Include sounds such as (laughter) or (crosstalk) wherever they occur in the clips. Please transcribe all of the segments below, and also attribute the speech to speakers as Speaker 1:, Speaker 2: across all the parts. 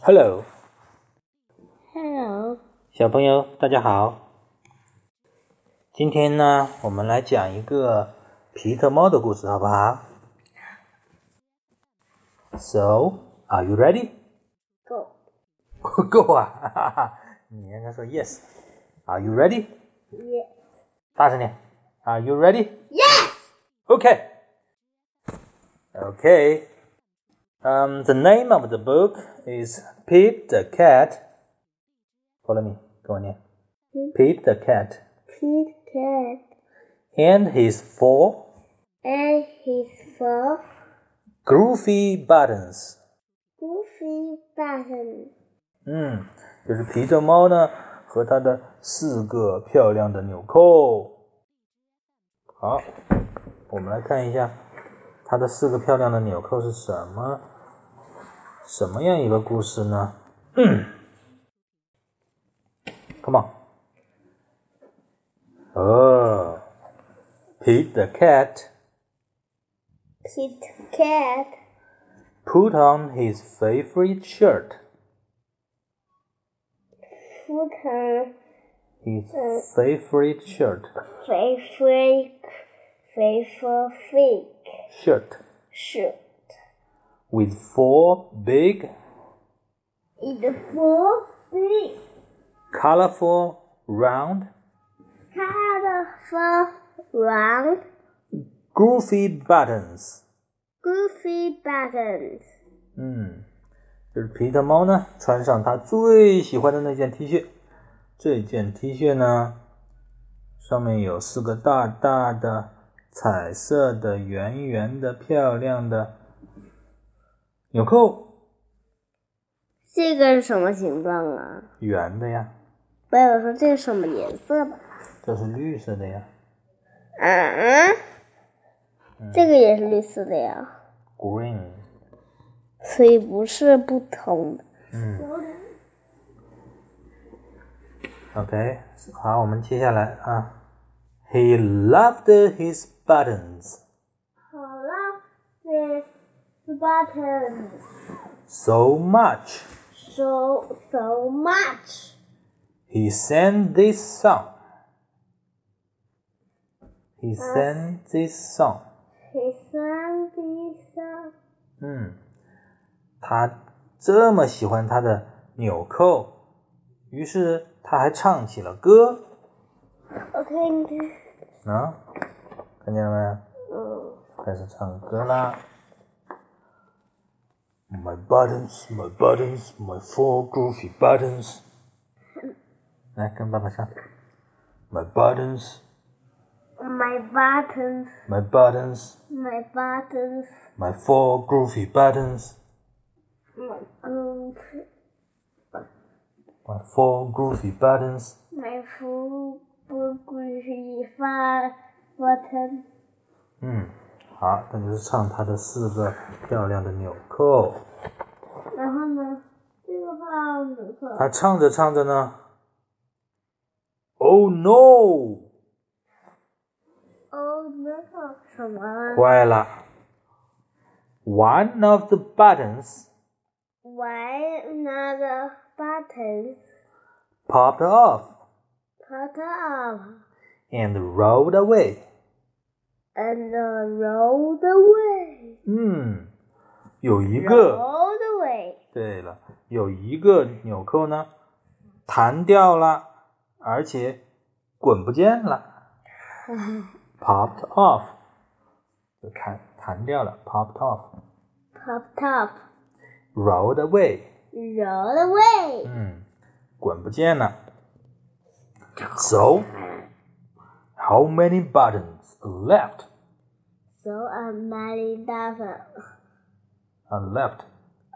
Speaker 1: Hello，
Speaker 2: Hello，
Speaker 1: 小朋友，大家好。今天呢，我们来讲一个皮特猫的故事，好不好？So, are you ready? (laughs)
Speaker 2: go
Speaker 1: Go 啊，哈哈哈，你应该说 yes。Are you ready?
Speaker 2: ye
Speaker 1: 大声点。Are you ready? Yes. Okay. Okay. Um, the name of the book is Pete the Cat. Follow me. 跟我念。
Speaker 2: 嗯
Speaker 1: Pete the Cat
Speaker 2: Kit Kat
Speaker 1: and his four
Speaker 2: and his four
Speaker 1: groovy buttons.
Speaker 2: goofy buttons.
Speaker 1: 嗯，就是皮特猫呢和它的四个漂亮的纽扣。好，我们来看一下它的四个漂亮的纽扣是什么什么样一个故事呢、Come on，哦，Pete the cat
Speaker 2: Kit Kat
Speaker 1: put on his favorite shirt.
Speaker 2: put on
Speaker 1: His favorite shirt.
Speaker 2: favorite favorite
Speaker 1: Shirt.
Speaker 2: shirt.
Speaker 1: with four big,
Speaker 2: It's four big
Speaker 1: colorful, round,
Speaker 2: colorful round
Speaker 1: goofy buttons。
Speaker 2: goofy buttons.
Speaker 1: 嗯，就是皮特猫呢，穿上他最喜欢的那件 T 恤。这件 T 恤呢，上面有四个大大的彩色的、圆圆的、漂亮的纽扣，
Speaker 2: 这个是什么形状啊？
Speaker 1: 圆的呀，
Speaker 2: 不要说这是什么颜色吧？
Speaker 1: 这是绿色的呀，
Speaker 2: 啊，这个也是绿色的呀，
Speaker 1: green。
Speaker 2: 所以不是不同的。
Speaker 1: OK，好，我们接下来啊，He loved his buttons,
Speaker 2: I love the buttons
Speaker 1: so much.
Speaker 2: so so much.
Speaker 1: He sang this song. He sang this song.
Speaker 2: He sang this song.
Speaker 1: 嗯，他这么喜欢他的纽扣，于是他还唱起了歌
Speaker 2: OK，你
Speaker 1: 啊，看见了没有？
Speaker 2: 嗯，
Speaker 1: 开始唱歌啦。My buttons, my buttons, my four groovy buttons. 来，跟爸爸唱。My buttons,
Speaker 2: My buttons,
Speaker 1: my buttons.
Speaker 2: my buttons,
Speaker 1: My four groovy buttons.
Speaker 2: my group,
Speaker 1: My four groovy buttons.
Speaker 2: my full goofy fat button.
Speaker 1: 嗯，好，那就是唱它的四个漂亮的纽扣。
Speaker 2: 然后呢，这个放哪个？
Speaker 1: 它唱着唱着呢，Oh no！
Speaker 2: 哦，那个什么啊？
Speaker 1: 坏了，One of the buttons
Speaker 2: Why another button
Speaker 1: popped off
Speaker 2: cut off
Speaker 1: and rolled away。
Speaker 2: and uh, rolled away?
Speaker 1: 嗯，有一个，
Speaker 2: Rolled away.
Speaker 1: 对了，有一个纽扣呢弹掉了，而且滚不见了。popped off，就弹弹掉了，popped off，rolled
Speaker 2: Popped up.
Speaker 1: away，
Speaker 2: Rolled away.
Speaker 1: 嗯，滚不见了。So, how many buttons left?
Speaker 2: So a many double.
Speaker 1: Are left?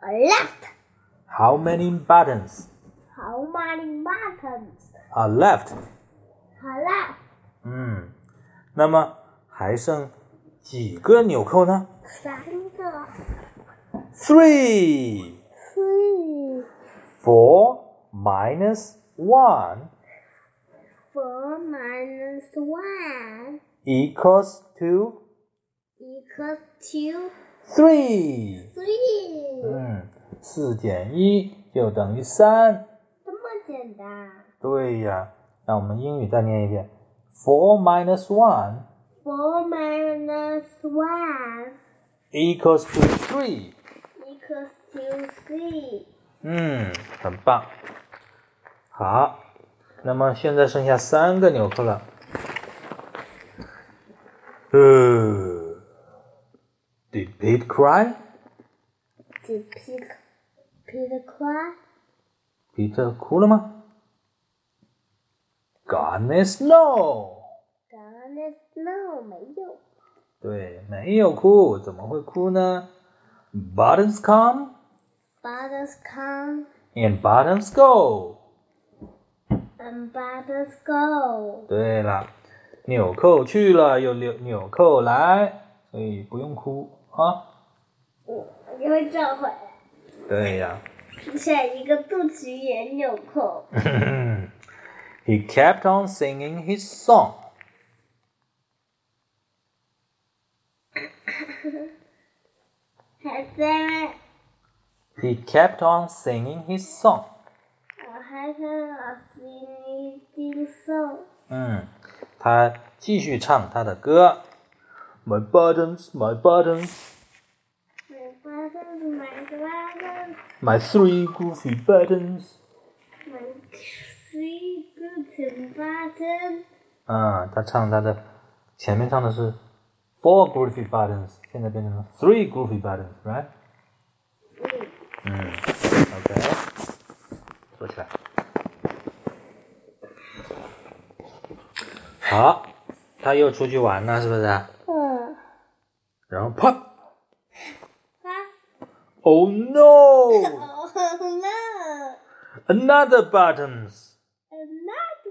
Speaker 2: A left.
Speaker 1: How many buttons
Speaker 2: How many buttons?
Speaker 1: are left?
Speaker 2: A left.
Speaker 1: 嗯，那么还剩几个纽扣呢
Speaker 2: 三个
Speaker 1: ？Three,
Speaker 2: three
Speaker 1: four minus one
Speaker 2: four minus one
Speaker 1: equals to
Speaker 2: equals two
Speaker 1: three.
Speaker 2: three.
Speaker 1: 嗯，四减一就等于三。
Speaker 2: 这么简单
Speaker 1: 对呀，那我们英语再念一遍：four minus one
Speaker 2: ？Four minus one
Speaker 1: equals to three。
Speaker 2: equals to three。
Speaker 1: 嗯，很棒。好，那么现在剩下三个纽扣了。呃，Did Pete cry?
Speaker 2: Did Peter Peter cry?
Speaker 1: 彼得哭了吗？Goodness no！
Speaker 2: Goodness no，没有。
Speaker 1: 对，没有哭，怎么会哭呢？Buttons come
Speaker 2: Butters come
Speaker 1: and buttons go。
Speaker 2: and butters go。
Speaker 1: 对了，纽扣去了又纽纽扣来，所以不用哭啊。
Speaker 2: 我就会召回来，
Speaker 1: 对呀。 (laughs)
Speaker 2: 出现一个肚脐眼纽扣。
Speaker 1: He kept on singing his song.
Speaker 2: Has there
Speaker 1: He kept on singing his song.
Speaker 2: a hacker of anything so?
Speaker 1: 嗯，他继续唱他的歌。My buttons, my buttons,
Speaker 2: My buttons, my buttons,
Speaker 1: my three goofy buttons.
Speaker 2: my three good buttons.
Speaker 1: 啊，他唱他的前面唱的是 four groovy buttons，现在变成了 three groovy buttons，right？
Speaker 2: 嗯
Speaker 1: 嗯，OK，坐起来。好，他又出去玩了，是不是？
Speaker 2: 嗯，
Speaker 1: 然后啪
Speaker 2: 啊
Speaker 1: ，Oh no！Another
Speaker 2: Oh (laughs) no!
Speaker 1: buttons，
Speaker 2: Another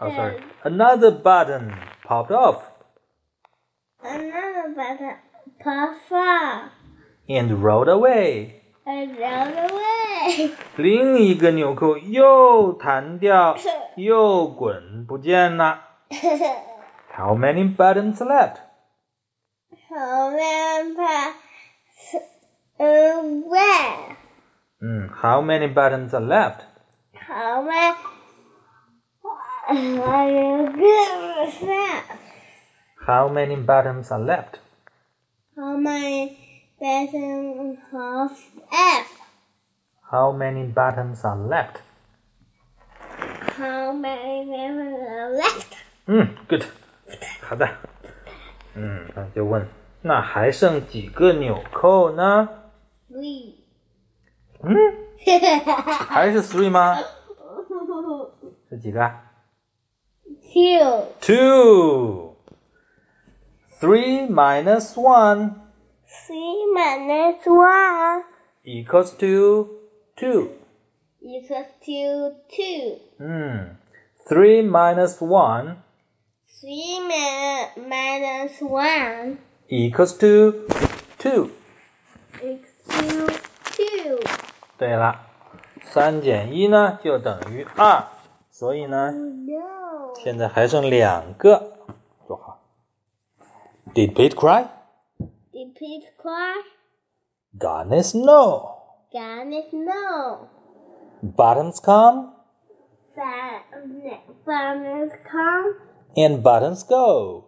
Speaker 1: 哦、s o r r y a
Speaker 2: button.
Speaker 1: n o t h e r button popped off
Speaker 2: Another button. Puff up
Speaker 1: and rolled away。
Speaker 2: and roll (laughs) away.
Speaker 1: 另一个纽扣又弹掉，又滚不见了。How many buttons left?
Speaker 2: How many buttons away?
Speaker 1: 嗯，How many buttons are left?
Speaker 2: How many? Are you good with that?
Speaker 1: How many buttons are left?
Speaker 2: How many buttons of F?
Speaker 1: How many buttons are left?
Speaker 2: How many buttons are left?
Speaker 1: 嗯，good，好的。嗯，他就问，那还剩几个纽扣呢？
Speaker 2: Three. (laughs)
Speaker 1: 嗯，还是 three 吗？是几个
Speaker 2: Two.
Speaker 1: ？Two. Three minus one.
Speaker 2: Three minus one
Speaker 1: equals to two.
Speaker 2: equals to two.
Speaker 1: 嗯，three minus one
Speaker 2: Three minus minus one
Speaker 1: equals to two。
Speaker 2: equals two.
Speaker 1: 对了，三减一呢就等于二，所以呢，
Speaker 2: Oh, No.
Speaker 1: 现在还剩两个。坐好。Did Pete cry?
Speaker 2: Repeat cry.
Speaker 1: Goodness no.
Speaker 2: Gun is no.
Speaker 1: Buttons come
Speaker 2: That bonus come.
Speaker 1: and buttons go.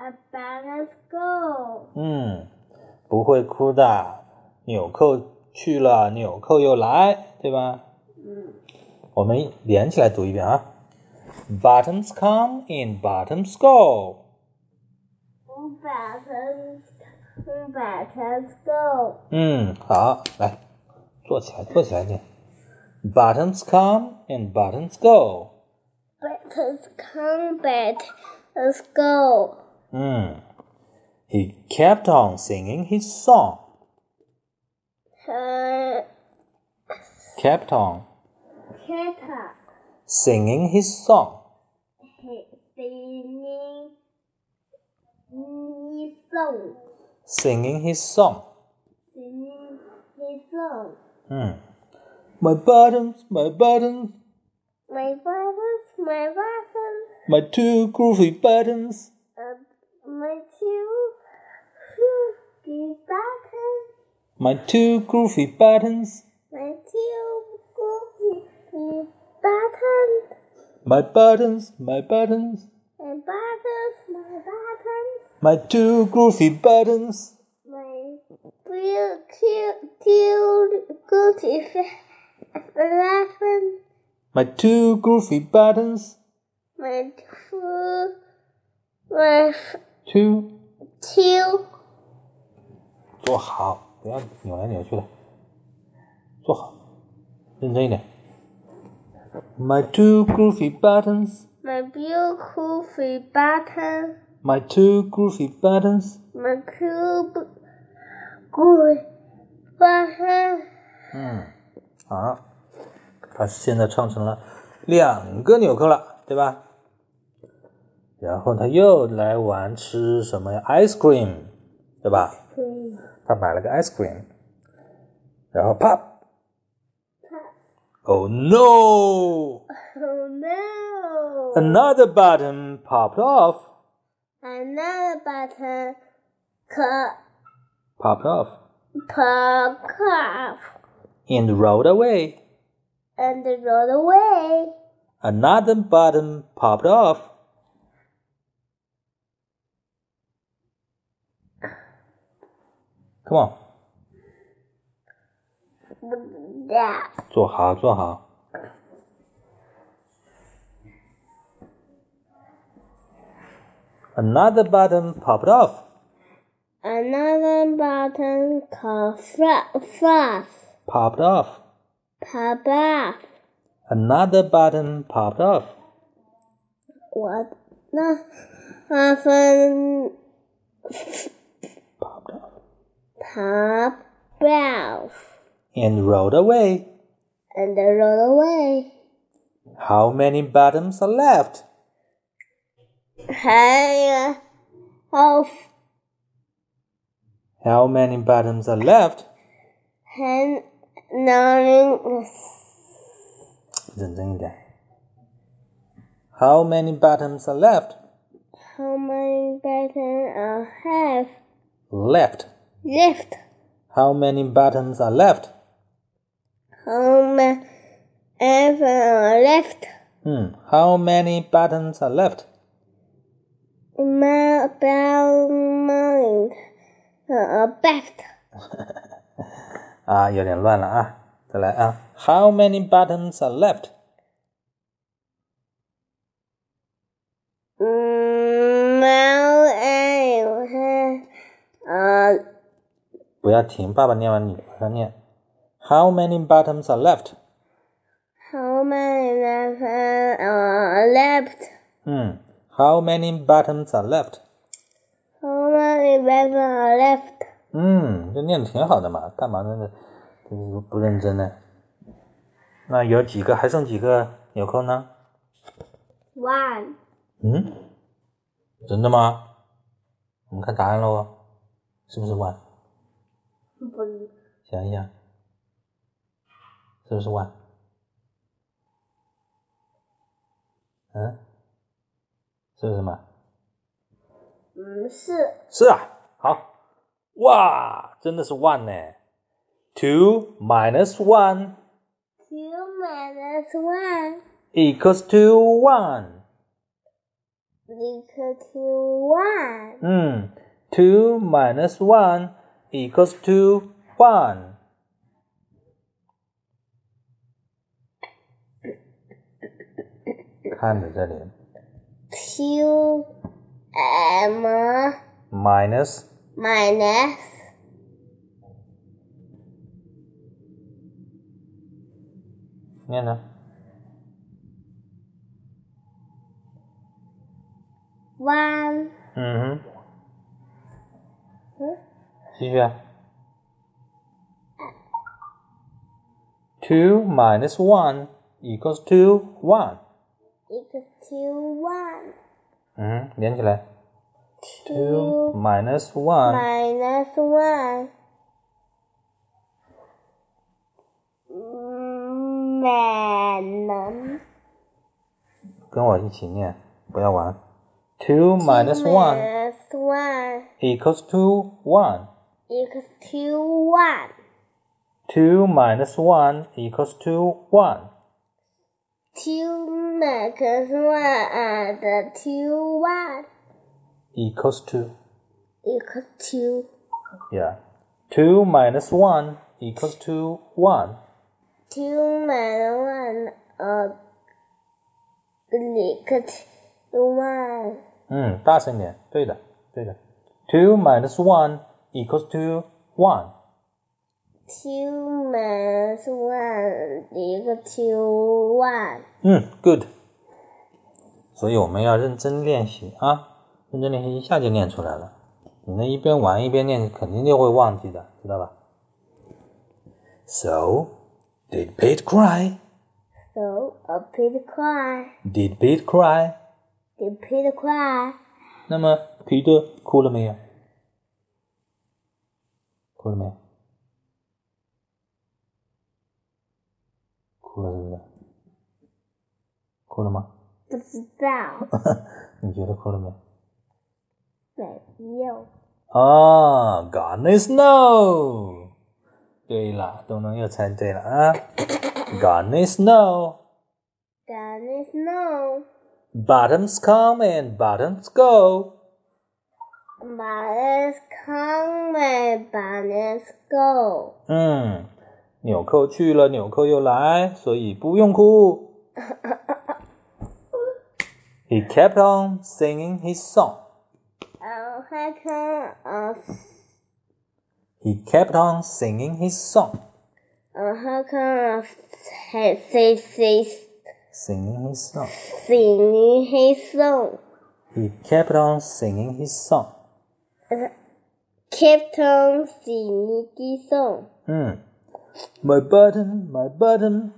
Speaker 2: A bonus go.
Speaker 1: 嗯，不会哭的。纽扣去了，纽扣又来，对吧？嗯。我们连起来读一遍啊。Buttons come and buttons go.
Speaker 2: Buttons. Buttons go.
Speaker 1: 嗯，好，来，坐起来，坐起来念。Buttons come and buttons go.
Speaker 2: Buttons come. Buttons go.
Speaker 1: 嗯。He kept on singing his song.
Speaker 2: Uh,
Speaker 1: Kept on
Speaker 2: cat up.
Speaker 1: singing his song. Singing
Speaker 2: singing his song,
Speaker 1: his song.
Speaker 2: singing his song.
Speaker 1: 嗯。My buttons, my buttons.
Speaker 2: My brothers, my brothers,
Speaker 1: My two groovy buttons.
Speaker 2: uh, my two, two big buttons,
Speaker 1: My two groovy buttons.
Speaker 2: my 你你把它
Speaker 1: My buttons, my buttons,
Speaker 2: 买把它买把它
Speaker 1: my two groovy buttons.
Speaker 2: 买不要丢丢狗腿粉拉粉
Speaker 1: My two groovy buttons.
Speaker 2: 买出买
Speaker 1: Two，
Speaker 2: 丢
Speaker 1: 坐好，不要扭来扭去的，坐好，认真一点。My two groovy buttons.
Speaker 2: My beautiful free button,
Speaker 1: My two groovy buttons.
Speaker 2: my cube, good button,
Speaker 1: 嗯，好，他现在唱成了两个纽扣了，对吧？然后他又来玩吃什么呀？ice cream，对吧？
Speaker 2: free
Speaker 1: 他买了个 ice cream，然后啪，Oh o h no！Another
Speaker 2: no.
Speaker 1: button popped off.
Speaker 2: Another button, cut,
Speaker 1: Popped off
Speaker 2: pop off,
Speaker 1: and rolled away.
Speaker 2: and roll away.
Speaker 1: Another button popped off. Come on，
Speaker 2: Yeah.
Speaker 1: 坐好，坐好。Another button popped off.
Speaker 2: Another button, cut, fluff, fluff,
Speaker 1: Popped off.
Speaker 2: pop off.
Speaker 1: Another button popped off.
Speaker 2: 我那那分
Speaker 1: Popped off.
Speaker 2: pop off.
Speaker 1: And rolled away.
Speaker 2: and they roll away.
Speaker 1: How many buttons are left?
Speaker 2: Hang off,
Speaker 1: How many buttons are left?
Speaker 2: hang nine,
Speaker 1: 认真一点。How many buttons are left?
Speaker 2: how many buttons I have
Speaker 1: Left.
Speaker 2: left?
Speaker 1: How many buttons are left?
Speaker 2: How many ever are left?
Speaker 1: 嗯，How many buttons are left?
Speaker 2: My bell mind Uh, are back.
Speaker 1: 啊，有点乱了啊，再来啊。How many buttons are left?
Speaker 2: Now I have uh,
Speaker 1: 不要停，爸爸念完你马上念。How many buttons are left?
Speaker 2: how many buttons are left?
Speaker 1: 嗯，How many buttons are left?
Speaker 2: How many buttons are left?
Speaker 1: 嗯，这念的挺好的嘛，干嘛呢？不不认真呢？那有几个还剩几个纽扣呢？
Speaker 2: One.
Speaker 1: 嗯，真的吗？我们看答案喽，是不是 one？
Speaker 2: 不
Speaker 1: 想一想，是不是 one？嗯，是不是嘛？
Speaker 2: 嗯，是
Speaker 1: 是啊，好，哇，真的是 one 呢，two minus one
Speaker 2: two minus one
Speaker 1: equals to one。
Speaker 2: equal to one.
Speaker 1: 嗯，two Hmm. minus one equals to one。看着这里
Speaker 2: Two m
Speaker 1: ，minus
Speaker 2: minus
Speaker 1: Yeah, no.
Speaker 2: one.
Speaker 1: 嗯
Speaker 2: 嗯
Speaker 1: 哼，继续啊。Two minus one equals to one。
Speaker 2: equal to one.
Speaker 1: 嗯，连起来。Two
Speaker 2: Two
Speaker 1: minus one
Speaker 2: minus one. Minus
Speaker 1: 跟我一起念，不要玩。Two minus one
Speaker 2: minus one
Speaker 1: equals to one。
Speaker 2: equals to one.
Speaker 1: Two minus one equals to one.
Speaker 2: Two minus one and two one
Speaker 1: Equals to.
Speaker 2: equals two.
Speaker 1: Yeah. Two minus one equals to one.
Speaker 2: Two minus one uh equals one.
Speaker 1: 嗯，大声点。对的，对的。Two minus one equals to one.
Speaker 2: Two minus one equals two one.
Speaker 1: 嗯，good。所以我们要认真练习啊，认真练习一下就练出来了。你那一边玩一边练，肯定就会忘记的，知道吧？So, did Pete cry?
Speaker 2: So a pig cry.
Speaker 1: Did Pete cry?
Speaker 2: The pig cry.
Speaker 1: 那么皮特哭了没有？哭了没有？哭了是不是？哭了吗？
Speaker 2: 不知道，
Speaker 1: 你觉得哭了没？
Speaker 2: 没有。
Speaker 1: 啊，Goodness Ah, no！对了，东东又猜对了啊！Goodness no！Bottoms
Speaker 2: That is no.
Speaker 1: come and bottoms go。
Speaker 2: But it's coming, but it's go.
Speaker 1: 嗯，纽扣去了，纽扣又来，所以不用哭。He kept on singing his song.
Speaker 2: Oh, I can, uh,
Speaker 1: He kept on singing his song.
Speaker 2: uh, how can I say, say,
Speaker 1: Singing his song.
Speaker 2: singing his song?
Speaker 1: He kept on singing his song.
Speaker 2: Kept on singing his song.
Speaker 1: 嗯，My button, my button,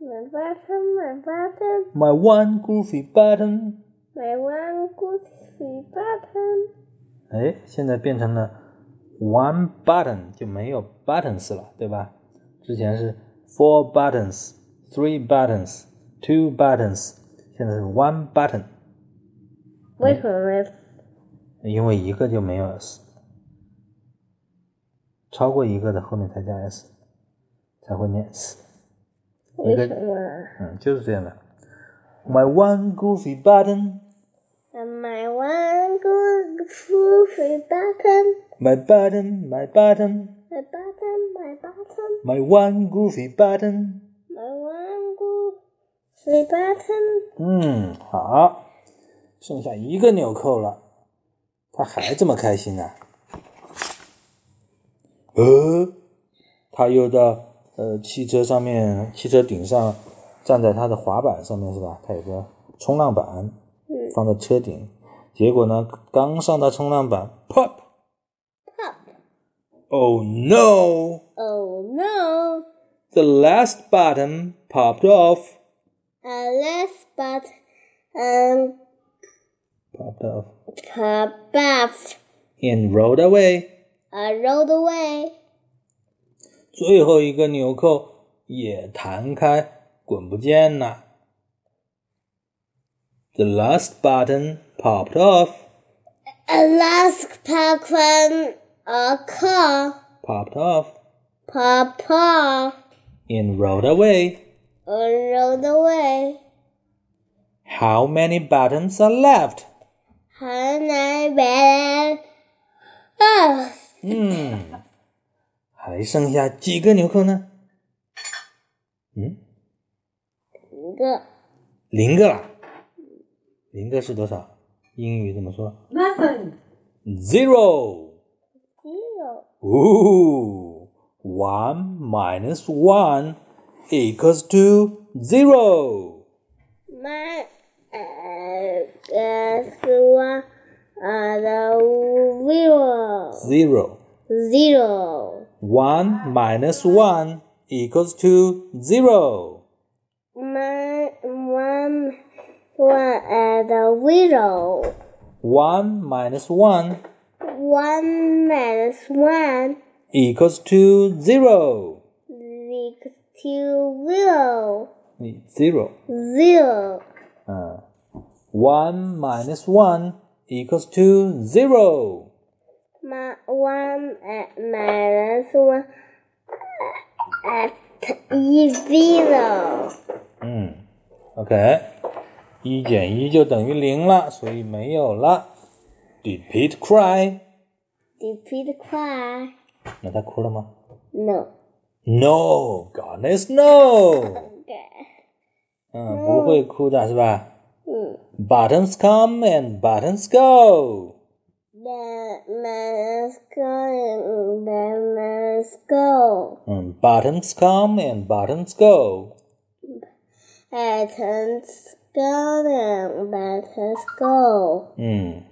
Speaker 2: My button, my button,
Speaker 1: my one groovy button。
Speaker 2: my one goofy button.
Speaker 1: 哎，现在变成了 one button 就没有 buttons 了，对吧？之前是 four buttons, three buttons, two buttons，现在是 one button，
Speaker 2: 为什么
Speaker 1: 因为一个就没有 s，超过一个的后面才加 s，才会念 s。
Speaker 2: 为什么？
Speaker 1: 嗯，就是这样的。My one goofy button,
Speaker 2: And my one goofy button.
Speaker 1: my button, my button,
Speaker 2: My button, my button,
Speaker 1: my one goofy button。
Speaker 2: my one goofy button.
Speaker 1: 嗯，好，剩下一个纽扣了，他还这么开心呢、呃，他又到呃汽车上面，汽车顶上站在他的滑板上面是吧？他有个冲浪板放在车顶，结果呢，刚上到冲浪板，pop，oh
Speaker 2: Pop.
Speaker 1: no，the
Speaker 2: Oh no!
Speaker 1: last button popped off。
Speaker 2: A left but um
Speaker 1: Popped off
Speaker 2: above
Speaker 1: and rolled away.
Speaker 2: I rolled away.
Speaker 1: 最后一个纽扣也弹开，滚不见了。The last button popped off,
Speaker 2: A last popcorn a car
Speaker 1: popped off,
Speaker 2: papa
Speaker 1: and rolled away.
Speaker 2: I rolled away.
Speaker 1: How many buttons are left?
Speaker 2: And I ran oh,
Speaker 1: 嗯，还剩下几个纽扣呢？嗯，
Speaker 2: the
Speaker 1: 零个啦。零个是多少？英语怎么说
Speaker 3: Nothing.
Speaker 1: ？Zero.
Speaker 2: zero.
Speaker 1: Ooh, one minus one equals to zero.
Speaker 2: My guess one uh, the
Speaker 1: Zero.
Speaker 2: zero zero.
Speaker 1: One minus one equals to zero.
Speaker 2: My one one and the zero.
Speaker 1: One minus one
Speaker 2: One minus one
Speaker 1: equals to zero.
Speaker 2: equals to zero.
Speaker 1: Zero.
Speaker 2: Zero.
Speaker 1: 嗯 one minus one equals to zero.
Speaker 2: My one uh, minus one at zero.
Speaker 1: 嗯，OK，一减一就等于零了，所以没有了。Did Pete cry？
Speaker 2: Did Peter cry?
Speaker 1: 那他哭了吗
Speaker 2: No.
Speaker 1: ？No，goodness no。
Speaker 2: Okay.
Speaker 1: 嗯，不会哭的是吧
Speaker 2: Hmm.
Speaker 1: ？Buttons come and buttons go。
Speaker 2: Then let's go. Then let's go.
Speaker 1: 嗯，buttons Um, come and buttons go。
Speaker 2: Let us go. Then let us go.
Speaker 1: 嗯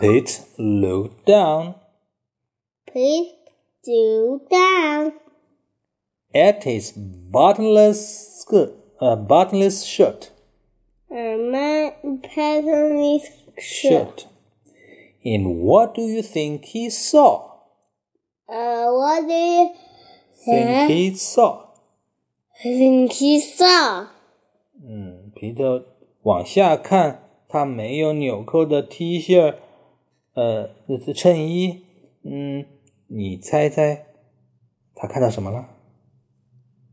Speaker 1: ，Pete looked down
Speaker 2: Please do down
Speaker 1: at his buttonless skirt, uh, buttonless shirt,
Speaker 2: and my pattern is
Speaker 1: shirt.
Speaker 2: shirt.
Speaker 1: And what do you think he saw?
Speaker 2: Uh, what do you
Speaker 1: Think
Speaker 2: Yeah.
Speaker 1: he saw？
Speaker 2: think he saw?
Speaker 1: 嗯，皮特往下看，他没有纽扣的 T 恤，呃，这是衬衣。嗯，你猜猜，他看到什么了？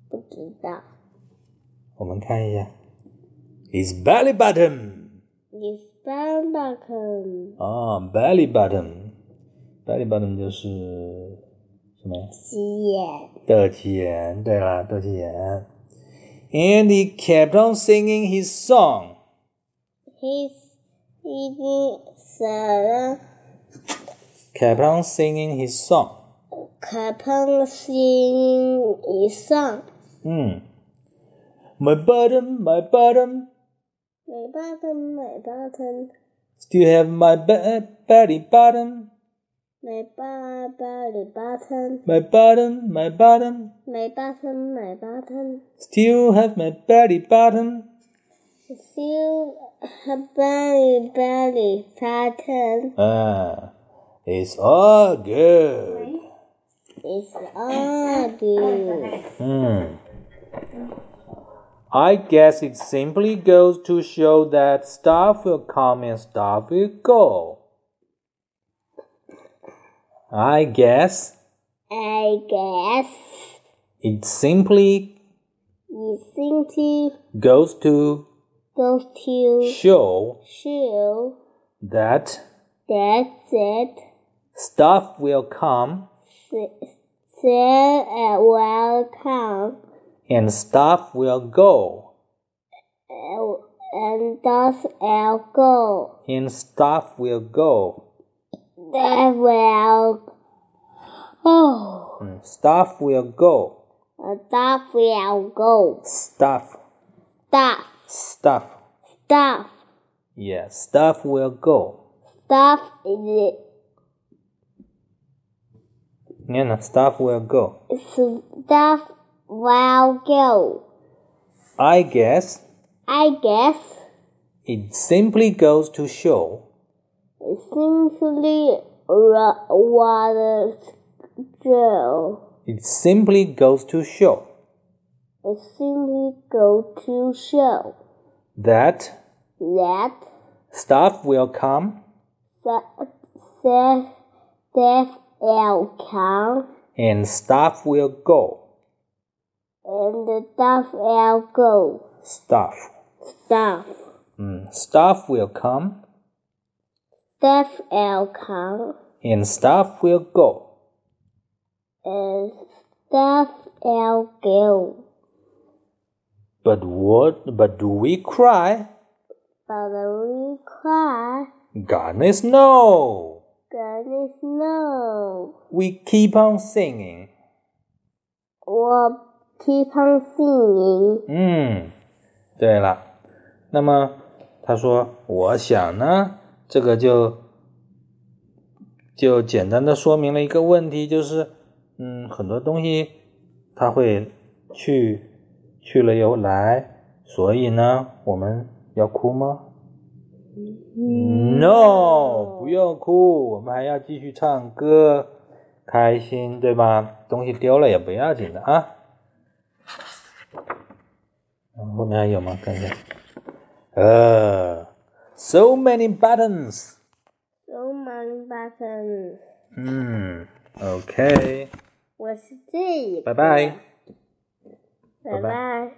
Speaker 2: 不知道。
Speaker 1: 我们看一下，his belly button。
Speaker 2: 你翻吧，看
Speaker 1: 啊，belly button，belly button 就是什么呀？
Speaker 2: 起眼。
Speaker 1: 斗鸡眼。对了，斗鸡眼。And he kept on singing his song.
Speaker 2: He's eating salad.
Speaker 1: Kept on singing his song.
Speaker 2: 可碰心一上，
Speaker 1: 嗯，My button, my button,
Speaker 2: 美巴腾，美巴腾，
Speaker 1: still have my ba- belly button,
Speaker 2: 美巴巴里巴腾，
Speaker 1: my button, my button,
Speaker 2: 美巴腾，美巴腾，
Speaker 1: still have my belly button.
Speaker 2: 小巴里巴里巴腾
Speaker 1: Ah, it's all good.
Speaker 2: ，is all good.
Speaker 1: Hmm. 嗯。I guess it simply goes to show that stuff will come and stuff will go. I guess
Speaker 2: I guess
Speaker 1: it simply
Speaker 2: you think he
Speaker 1: goes to
Speaker 2: goes to
Speaker 1: show
Speaker 2: show
Speaker 1: that
Speaker 2: that that
Speaker 1: stuff will come
Speaker 2: said at welcome.
Speaker 1: and stuff will go
Speaker 2: and does L go?
Speaker 1: and stuff will go.
Speaker 2: That will. Oh,
Speaker 1: 嗯 stuff will go.
Speaker 2: that will go.
Speaker 1: Stuff,
Speaker 2: Stuff,
Speaker 1: stuff.
Speaker 2: stuff,
Speaker 1: Yeah, stuff will go.
Speaker 2: stuff is
Speaker 1: Yeah, no, stuff will go.
Speaker 2: stuff will go.
Speaker 1: I guess
Speaker 2: I guess
Speaker 1: it simply goes to show
Speaker 2: it simply ro- was true.
Speaker 1: it simply goes to show
Speaker 2: It simply go to show
Speaker 1: that
Speaker 2: that
Speaker 1: stuff will come
Speaker 2: that that that will come.
Speaker 1: and stuff will go.
Speaker 2: And the stuff will go.
Speaker 1: Stuff.
Speaker 2: Stuff.
Speaker 1: 嗯 stuff will come
Speaker 2: Stuff will come.
Speaker 1: and stuff will go.
Speaker 2: And stuff will go.
Speaker 1: But what? But do we cry?
Speaker 2: But we cry.
Speaker 1: Goodness no!
Speaker 2: Goodness no.
Speaker 1: We keep on singing.
Speaker 2: We'll keep on singing.
Speaker 1: 嗯，Hmm. 对了，那么他说，我想呢，这个就就简单的说明了一个问题，就是嗯，很多东西它会去去了又来，所以呢，我们要哭吗？No，不用哭，我们还要继续唱歌，开心，对吧？东西丢了也不要紧的啊。嗯后面还有吗？看一下。呃，so many buttons。
Speaker 2: So many buttons.
Speaker 1: 嗯，OK。我是这一个。
Speaker 2: 拜拜。
Speaker 1: 拜
Speaker 2: 拜
Speaker 1: 拜